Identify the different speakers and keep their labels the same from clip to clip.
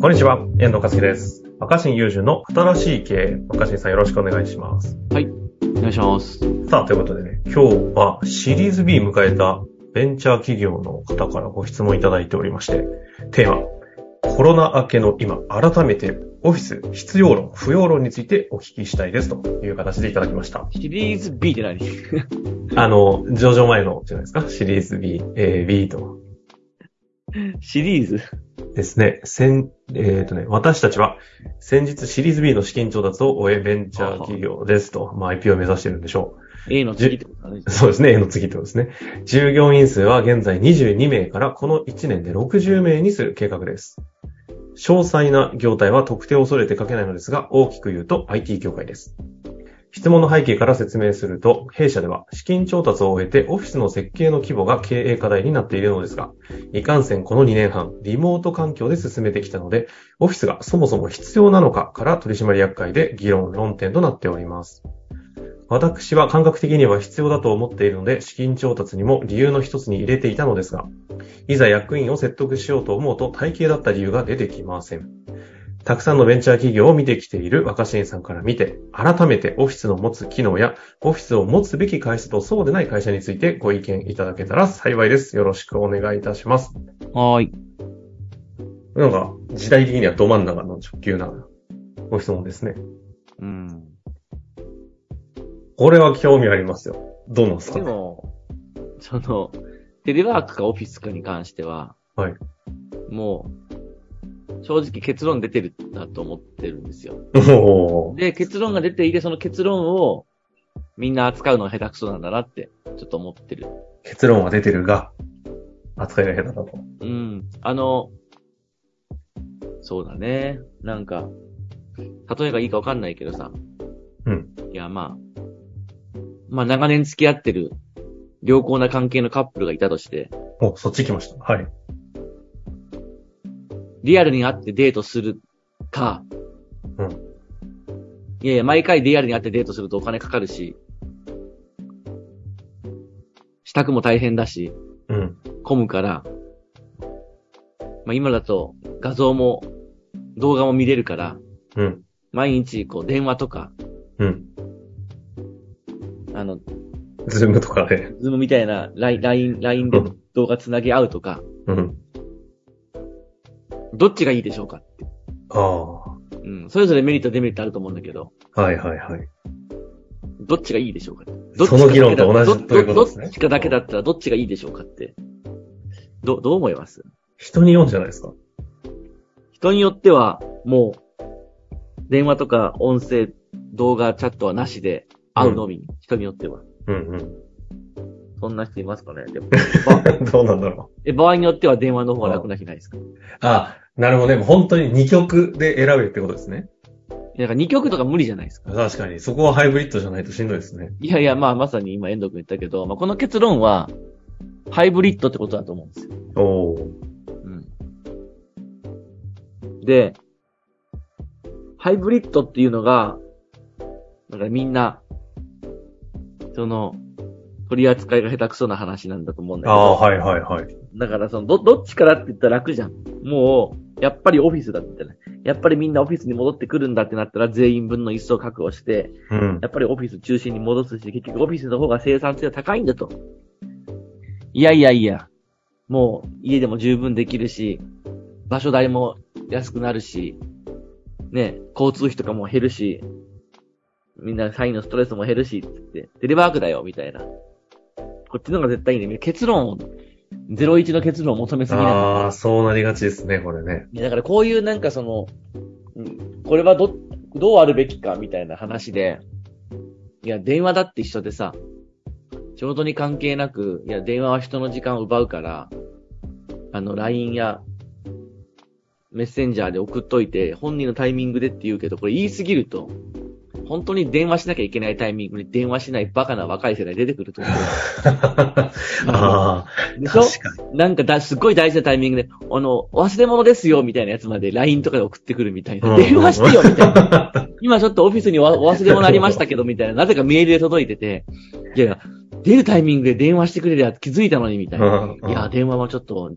Speaker 1: こんにちは、遠藤和樹です。若新雄純の新しい経営、若新さんよろしくお願いします。
Speaker 2: お願いします。
Speaker 1: さあ、ということでね、今日はシリーズ B 迎えたベンチャー企業の方からご質問いただいておりまして、テーマ、コロナ明けの今、改めてオフィス必要論、不要論についてお聞きしたいですという形でいただきました。
Speaker 2: シリーズ B って何
Speaker 1: あの、上場前のじゃないですか、シリーズ B、えー B と
Speaker 2: シリーズ
Speaker 1: ですね、先、えっ、とね、私たちは先日シリーズ B の資金調達を終えベンチャー企業ですと、まあ IPO を目指してるんでしょ
Speaker 2: ?A の次ってことだね
Speaker 1: う。。 そうですね、A の次ってことですね。従業員数は現在22名からこの1年で60名にする計画です。詳細な業態は特定を恐れて書けないのですが、大きく言うと IT 業界です。質問の背景から説明すると、弊社では資金調達を終えてオフィスの設計の規模が経営課題になっているのですが、いかんせんこの2年半、リモート環境で進めてきたので、オフィスがそもそも必要なのかから取締役会で議論論点となっております。私は感覚的には必要だと思っているので、資金調達にも理由の一つに入れていたのですが、いざ役員を説得しようと思うと体系だった理由が出てきません。たくさんのベンチャー企業を見てきている若新さんから見て、改めてオフィスの持つ機能や、オフィスを持つべき会社とそうでない会社についてご意見いただけたら幸いです。よろしくお願いいたします。
Speaker 2: はーい。
Speaker 1: なんか、時代的にはど真ん中の直球なご質問ですね。
Speaker 2: うん。
Speaker 1: これは興味ありますよ。どうなんですか
Speaker 2: でも、その、テレワークかオフィスかに関しては、
Speaker 1: はい。
Speaker 2: もう、正直結論出てるなと思ってるんですよ。
Speaker 1: もう、
Speaker 2: で、結論が出ていて、その結論をみんな扱うのが下手くそなんだなって、ちょっと思ってる。
Speaker 1: 結論は出てるが、扱いが下手だと。
Speaker 2: うん。あの、そうだね。なんか、例えがいいかわかんないけどさ。
Speaker 1: うん。
Speaker 2: いや、まあ、まあ長年付き合ってる良好な関係のカップルがいたとして、
Speaker 1: お、そっち来ました。はい。
Speaker 2: リアルに会ってデートするか、
Speaker 1: うん。
Speaker 2: いやいや、毎回リアルに会ってデートするとお金かかるし、支度も大変だし、
Speaker 1: うん。
Speaker 2: 混むから、まあ今だと画像も動画も見れるから、
Speaker 1: うん。
Speaker 2: 毎日こう電話とか、
Speaker 1: うん。
Speaker 2: あの、
Speaker 1: ズームとかで。
Speaker 2: ズームみたいな LINE、LINE LINE で
Speaker 1: うん
Speaker 2: 動画つなぎ合うとか、
Speaker 1: うん。
Speaker 2: どっちがいいでしょうかって。
Speaker 1: ああ。は
Speaker 2: うん。それぞれメリット、デメリットあると思うんだけど、
Speaker 1: いはいはい。
Speaker 2: どっちがいいでしょうかって。どっち
Speaker 1: そ
Speaker 2: が
Speaker 1: の議論と同じ
Speaker 2: ど
Speaker 1: ということですね
Speaker 2: どっちかだけだったらどっちがいいでしょうかって。ど、どう思います
Speaker 1: 人によんじゃないですか。
Speaker 2: 人によっては、もう、電話とか音声、動画、チャットはなしで会うのみ、人によっては。
Speaker 1: うんうん。
Speaker 2: そんな人いますかねでも
Speaker 1: どうなんだろう。
Speaker 2: え場合によっては電話の方が楽な人ないですか
Speaker 1: あ、なるほど。でも本当に2曲で選べってことですね。
Speaker 2: なんか2曲とか無理じゃないですか。
Speaker 1: 確かに。そこはハイブリッドじゃないとしんどいですね。
Speaker 2: いやいや、まあまさに今遠藤君言ったけど、まあこの結論は、ハイブリッドってことだと思うんですよ。
Speaker 1: おー。
Speaker 2: うん。で、ハイブリッドっていうのが、なんかみんな、その、取り扱いが下手くそな話なんだと思うんだけ
Speaker 1: ああ
Speaker 2: ど、
Speaker 1: ー、はいはいはい。
Speaker 2: だからその、ど、どっちからって言ったら楽じゃん。もう、やっぱりオフィスだってね。やっぱりみんなオフィスに戻ってくるんだってなったら全員分の椅子を確保して、
Speaker 1: うん。
Speaker 2: やっぱりオフィス中心に戻すし、結局オフィスの方が生産性が高いんだと。いやいやいや、もう家でも十分できるし、場所代も安くなるし、ね、交通費とかも減るし、みんな社員のストレスも減るし、つって、テレワークだよ、みたいな。こっちの方が絶対いいね。結論を、01の結論を求めすぎない。
Speaker 1: ああ、そうなりがちですね、これ ね。
Speaker 2: いやだからこういうなんかその、うんこれはど、どうあるべきかみたいな話で、いや、電話だって一緒でさ、仕事に関係なく、いや、電話は人の時間を奪うから、あの、LINE や、メッセンジャーで送っといて、本人のタイミングでって言うけど、これ言いすぎると、本当に電話しなきゃいけないタイミングに電話しないバカな若い世代出てくると思
Speaker 1: あ あ
Speaker 2: う。で
Speaker 1: ー、
Speaker 2: しょ
Speaker 1: 確かに。
Speaker 2: なんかだ、すっごい大事なタイミングで、あの、忘れ物ですよ、みたいなやつまで LINE とかで送ってくるみたいな。
Speaker 1: うん
Speaker 2: 電話してよ、みた いな。今ちょっとオフィスにおお忘れ物ありましたけど、みたいな。なぜかメールで届いてて、いやいや、出るタイミングで電話してくれりゃ気づいたのに、みたいな。
Speaker 1: うんうん
Speaker 2: いや、電話もちょっと、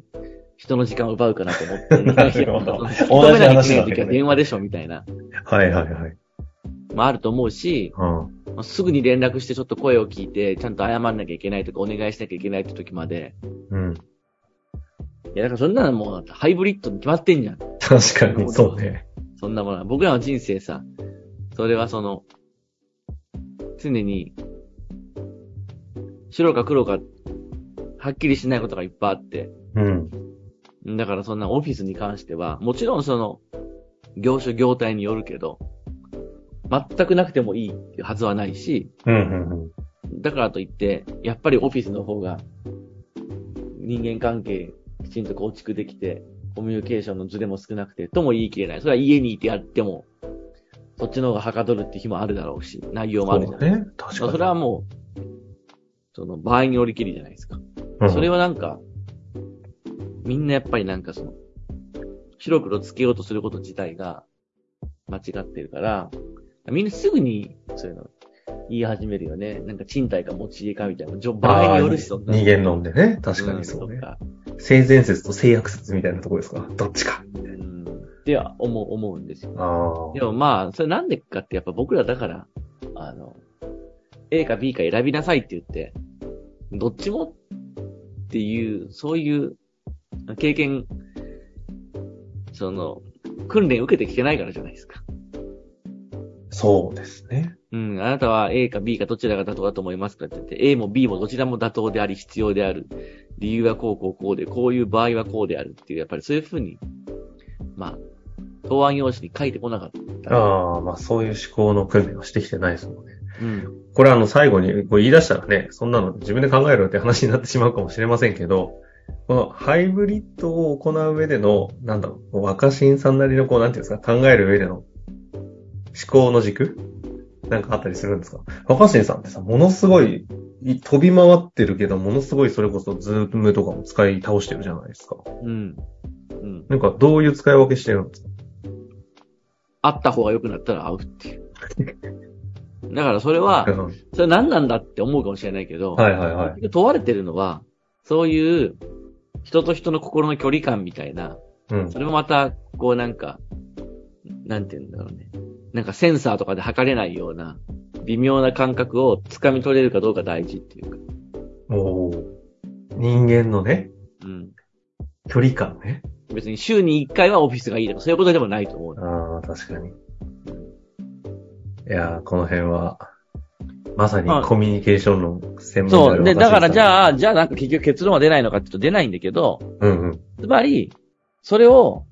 Speaker 2: 人の時間を奪うかなと 思ってるんだけど
Speaker 1: 同じ話
Speaker 2: 勤めなきゃいけない
Speaker 1: だ
Speaker 2: 時
Speaker 1: け
Speaker 2: は
Speaker 1: どね
Speaker 2: 電話でしょみたいな、
Speaker 1: はいはいはい。
Speaker 2: まああると思うし、
Speaker 1: うん。
Speaker 2: まあすぐに連絡してちょっと声を聞いて、ちゃんと謝んなきゃいけないとか、お願いしなきゃいけないって時まで。
Speaker 1: うん。
Speaker 2: いや、だからそんなのもう、ハイブリッドに決まってんじゃん。
Speaker 1: 確かに、そうね。
Speaker 2: そんなものは。僕らの人生さ、それはその、常に、白か黒か、はっきりしないことがいっぱいあって。
Speaker 1: うん。
Speaker 2: だからそんなオフィスに関しては、もちろんその、業種業態によるけど、全くなくてもいいっていうはずはないし、
Speaker 1: うんうん
Speaker 2: だからといって、やっぱりオフィスの方が、人間関係きちんと構築できて、コミュニケーションのズレも少なくて、とも言い切れない。それは家にいてやっても、そっちの方がはかどるって日もあるだろうし、内容
Speaker 1: うん。
Speaker 2: もあるじ
Speaker 1: そ
Speaker 2: ゃ。
Speaker 1: うんね。確かに。
Speaker 2: それはもう、その場合によりきりじゃないですか。
Speaker 1: うん、
Speaker 2: それはなんか、みんなやっぱりなんかその、白黒つけようとすること自体が間違ってるから、みんなすぐにそういうの言い始めるよね。なんか賃貸か持ち家かみたいな。じょ場合によるし、そんな。
Speaker 1: 二元論でね。確かにそう
Speaker 2: うん
Speaker 1: ね
Speaker 2: と。か
Speaker 1: 性善説と性悪説みたいなとこですかどっちか。
Speaker 2: うん。って思う、思うんですよ。
Speaker 1: ああ。
Speaker 2: でもまあ、それなんでかってやっぱ僕らだから、あの、A か B か選びなさいって言って、どっちもっていう、そういう経験、その、訓練受けてきてないからじゃないですか。
Speaker 1: そうですね。
Speaker 2: うん、あなたは A か B かどちらが妥当だと思いますかって言って、A も B もどちらも妥当であり必要である。理由はこうこうこうで、こういう場合はこうであるっていう、やっぱりそういうふうに、まあ、答案用紙に書いてこなかった。
Speaker 1: ああ、まあそういう思考の訓練はしてきてないですもんね。
Speaker 2: うん。
Speaker 1: これあの最後にこう言い出したらね、そんなの自分で考えろって話になってしまうかもしれませんけど、このハイブリッドを行う上での、なんだろう、若新さんなりのこう、なんていうんですか、考える上での思考の軸なんかあったりするんですか若新さんってさ、ものすごいい飛び回ってるけど、ものすごいそれこそズームとかも使い倒してるじゃないですか。
Speaker 2: うん。うん。
Speaker 1: なんかどういう使い分けしてるんですか
Speaker 2: 会った方が良くなったら会うっていう。だからそれは、それ何なんだって思うかもしれないけど、
Speaker 1: はいはいはい。
Speaker 2: 問われてるのは、そういう人と人の心の距離感みたいな、
Speaker 1: うん。
Speaker 2: それもまた、こうなんか、なんて言うんだろうね。なんかセンサーとかで測れないような、微妙な感覚を掴み取れるかどうか大事っていうか。
Speaker 1: おー人間のね、
Speaker 2: うん。
Speaker 1: 距離感ね。
Speaker 2: 別に週に1回はオフィスがいいとか、そういうことでもないと思う。
Speaker 1: ああ、確かに。いやー、この辺は、まさにコミュニケーションの専門
Speaker 2: そう。で、だからじ
Speaker 1: あ、
Speaker 2: ゃあ、じゃあなんか結局結論は出ないのかって言うと出ないんだけど、
Speaker 1: うんうん。
Speaker 2: つまり、それを、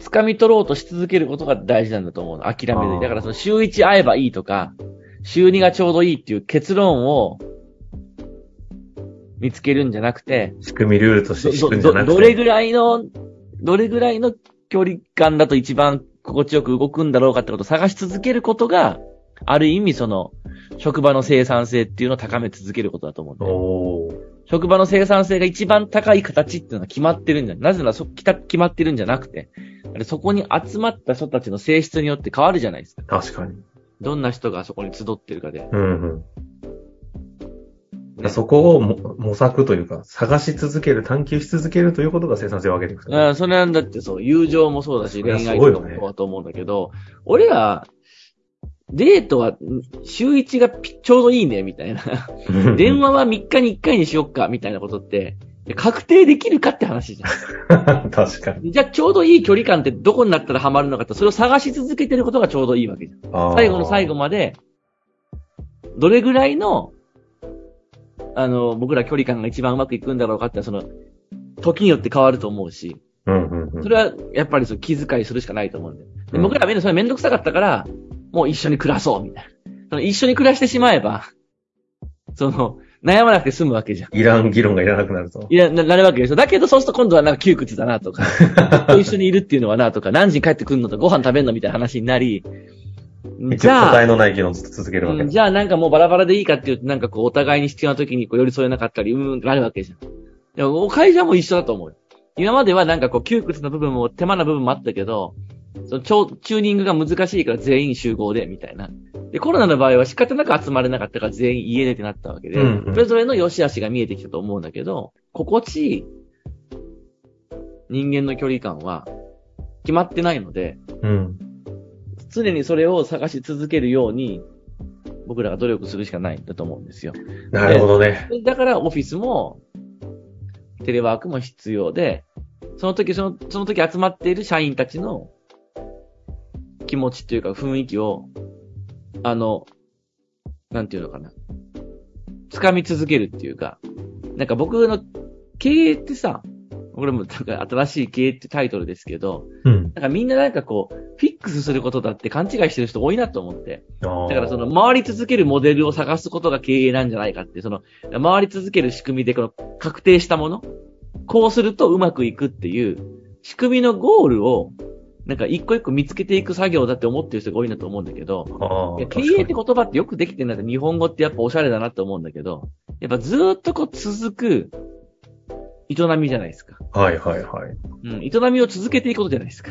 Speaker 2: 掴み取ろうとし続けることが大事なんだと思うの。諦め
Speaker 1: あ
Speaker 2: ず
Speaker 1: ー
Speaker 2: に。だからその週1会えばいいとか、週2がちょうどいいっていう結論を、見つけるんじゃなくて、
Speaker 1: 仕組みルールとして仕
Speaker 2: ど
Speaker 1: 組んじゃな
Speaker 2: ど
Speaker 1: くて。
Speaker 2: どれぐらいの、どれぐらいの距離感だと一番心地よく動くんだろうかってことを探し続けることが、ある意味その、職場の生産性っていうのを高め続けることだと思うんだよね
Speaker 1: おー
Speaker 2: 職場の生産性が一番高い形っていうのは決まってるんじゃなぜならそ、きた決まってるんじゃなくて、そこに集まった人たちの性質によって変わるじゃないですか。
Speaker 1: 確かに。
Speaker 2: どんな人がそこに集ってるかで。
Speaker 1: うんうん。
Speaker 2: ね
Speaker 1: そこをも模索というか、探し続ける、探求し続けるということが生産性を上げていくと。
Speaker 2: うん、それなんだってそう、友情もそうだし、
Speaker 1: そりゃ
Speaker 2: 恋愛
Speaker 1: すごい
Speaker 2: と
Speaker 1: よ
Speaker 2: か
Speaker 1: ね
Speaker 2: もそうだと思うんだけど、俺ら、デートは、週一がぴちょうどいいね、みたいな。 電話は3日に1回にしよっか、みたいなことって、確定できるかって話じゃん。
Speaker 1: 話。 確かに。
Speaker 2: じゃあちょうどいい距離感ってどこになったらハマるのかって、それを探し続けてることがちょうどいいわけじゃん。最後の最後
Speaker 1: も。
Speaker 2: まで、どれぐらいの、あの、僕ら距離感が一番うまくいくんだろうかってのは、その、時によって変わると思うし、
Speaker 1: うんうんうん。
Speaker 2: それはやっぱりそう気遣いするしかないと思うんで。で
Speaker 1: うん
Speaker 2: 僕らみんなそれめんどくさかったから、もう一緒に暮らそう、みたいな。その一緒に暮らしてしまえば、その、悩まなくて済むわけじゃん。
Speaker 1: いらん議論がいらなくなると。
Speaker 2: いや、な、なるわけでしょ。だけど、そうすると今度はなんか窮屈だなとか、と一緒にいるっていうのはなとか、何時に帰ってくるのとご飯食べるのみたいな話になり、
Speaker 1: 一
Speaker 2: じ
Speaker 1: 応
Speaker 2: ゃあ
Speaker 1: 答、えのない議論をずっと続けるわけ
Speaker 2: うん、
Speaker 1: だ。
Speaker 2: じゃあなんかもうバラバラでいいかっていうと、なんかこうお互いに必要な時にこう寄り添えなかったり、うんうんってなるわけじゃん。でも、会社も一緒だと思うよ。今まではなんかこう窮屈な部分も手間な部分もあったけど、そのちょチューニングが難しいから全員集合で、みたいな。で、コロナの場合は仕方なく集まれなかったから全員家でってなったわけで、
Speaker 1: うんうん
Speaker 2: それぞれの良し悪しが見えてきたと思うんだけど、心地いい人間の距離感は決まってないので、
Speaker 1: うん。
Speaker 2: 常にそれを探し続けるように、僕らが努力するしかないんだと思うんですよ。
Speaker 1: なるほどね。
Speaker 2: だからオフィスも、テレワークも必要で、その時、その、その時集まっている社員たちの気持ちというか雰囲気を、あの、なんていうのかな。掴み続けるっていうか、なんか僕の経営ってさ、これもなんか新しい経営ってタイトルですけど、
Speaker 1: うん。
Speaker 2: なんかみんななんかこう、フィックスすることだって勘違いしてる人多いなと思って。
Speaker 1: だ
Speaker 2: だからその回り続けるモデルを探すことが経営なんじゃないかって、その回り続ける仕組みでこの確定したもの、こうするとうまくいくっていう仕組みのゴールをなんか一個一個見つけていく作業だって思ってる人が多いなと思うんだけど、
Speaker 1: ああ
Speaker 2: いや経営って
Speaker 1: 確か
Speaker 2: 言葉ってよくできてるなって日本語ってやっぱおしゃれだなって思うんだけど、やっぱずーっとこう続く営みじゃないですか。
Speaker 1: にはいはいはい。
Speaker 2: うん、営みを続けていくことじゃないですか。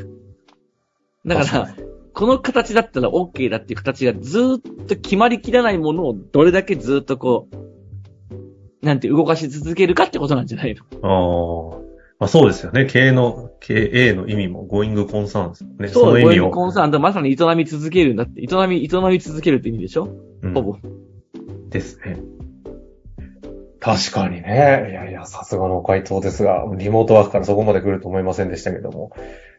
Speaker 2: だから、
Speaker 1: 確
Speaker 2: この形だったら OK だっていう形がずーっと決まりきらないものをどれだけずーっとこう、なんて動かし続けるかってことなんじゃないの、
Speaker 1: ああ。まあそうですよね。経営の、経営の意味も going concern ですよね。その意味
Speaker 2: ゴエル
Speaker 1: を。
Speaker 2: コンサーンとまさに営み続けるんだって、営み、営み続けるって意味でしょ、
Speaker 1: うん
Speaker 2: ほぼ。
Speaker 1: ですね。確かにね。いやいや、さすがの回答ですが、リモートワークからそこまで来ると思いませんでしたけども、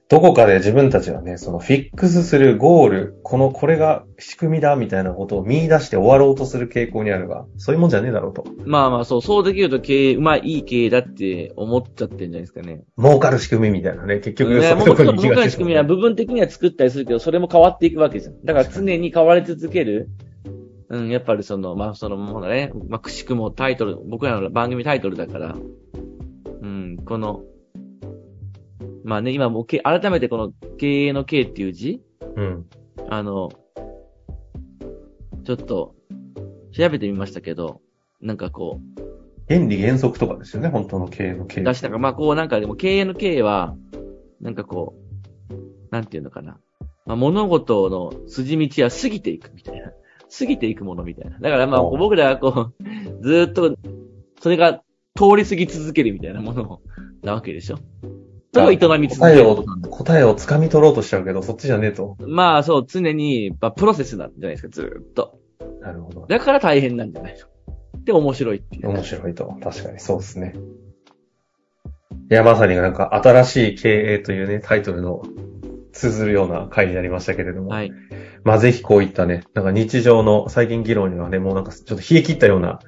Speaker 1: どこかで自分たちはね、そのフィックスするゴール、この、これが仕組みだみたいなことを見出して終わろうとする傾向にあるが、そういうもんじゃねえだろうと。
Speaker 2: まあまあそう、そうできると経営、うまい、いい経営だって思っちゃってるんじゃないですかね。
Speaker 1: 儲かる仕組みみたいなね、結局そうい
Speaker 2: ね
Speaker 1: う
Speaker 2: も
Speaker 1: と
Speaker 2: う
Speaker 1: こ
Speaker 2: ちろ
Speaker 1: に
Speaker 2: ん
Speaker 1: 行き
Speaker 2: 僕ら
Speaker 1: が
Speaker 2: の
Speaker 1: ち
Speaker 2: 仕組みは部分的には作ったりするけど、それも変わっていくわけじゃん。だから常に変わり続ける。うん、やっぱりその、まあその、もうね、まあくしくもタイトル、僕らの番組タイトルだから、うん、この、まあね、今もうけ、改めてこの経営の経っていう字、
Speaker 1: うん。
Speaker 2: あの、ちょっと、調べてみましたけど、なんかこう、
Speaker 1: 原理原則とかですよね、本当の経営の経営。
Speaker 2: 出したか、まあこうなんかでも経営の経営は、なんかこう、なんていうのかな。まあ物事の筋道は過ぎていくみたいな。過ぎていくものみたいな。だからまあ
Speaker 1: おう
Speaker 2: 僕らはこう、ずーっと、それが通り過ぎ続けるみたいなものなわけでしょ。それを営み続け
Speaker 1: 答え
Speaker 2: る
Speaker 1: を
Speaker 2: ことなんだ。、
Speaker 1: 答えを掴み取ろうとしちゃうけど、そっちじゃねえと。
Speaker 2: まあそう、常に、まあプロセスなんじゃないですか、ずーっと。
Speaker 1: なるほど。
Speaker 2: だから大変なんじゃないの。で、面白いっていう。
Speaker 1: 面白いと。確かにそうですね。いや、まさになんか新しい経営というね、タイトルの通ずるような回になりましたけれども。
Speaker 2: はい。
Speaker 1: まあぜひこういったね、なんか日常の最近議論にはね、もうなんかちょっと冷え切ったような、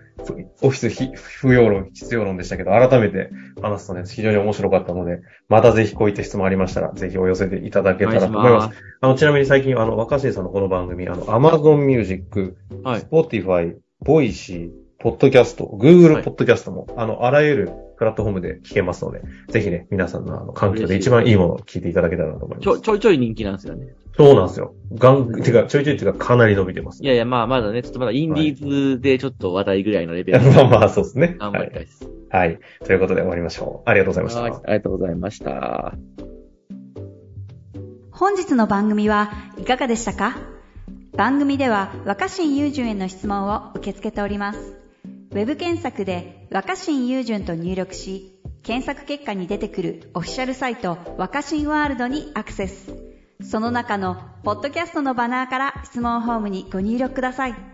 Speaker 1: ふオフィスひ不要論、必要論でしたけど、改めて話すとね、非常に面白かったので、またぜひこういった質問ありましたら、ぜひお寄せていただけたらと思います。
Speaker 2: す。
Speaker 1: あの、ちなみに最近、あの、若新さんのこの番組、あの、Amazon Music、
Speaker 2: はい。
Speaker 1: Spotify、Voicy、Podcast、Google
Speaker 2: はい
Speaker 1: Podcast も、あの、あらゆるプラットフォームで聞けますので、ぜひね、皆さんのあの、環境で
Speaker 2: 嬉しい
Speaker 1: 一番いいものを聞いていただけたらと思います。
Speaker 2: ちょ、ちょいちょい人気なんですよね。
Speaker 1: そうなんですよ。ガン、てか、ちょいちょいっていうか、かなり伸びてます。
Speaker 2: いやいや、まあまだね、ちょっとまだインディーズでちょっと話題ぐらいのレベルで
Speaker 1: まあまあ、そうですね。
Speaker 2: 頑
Speaker 1: は
Speaker 2: 張り
Speaker 1: い。
Speaker 2: たいです。
Speaker 1: はい。ということで終わりましょう。ありがとうございまし
Speaker 2: はい
Speaker 1: た。
Speaker 2: ありがとうございました。
Speaker 3: 本日の番組はいかがでしたか番組では若新雄純への質問を受け付けております。ウェブ検索で若新雄純と入力し、検索結果に出てくるオフィシャルサイト若新ワールドにアクセス。その中のポッドキャストのバナーから質問フォームにご入力ください。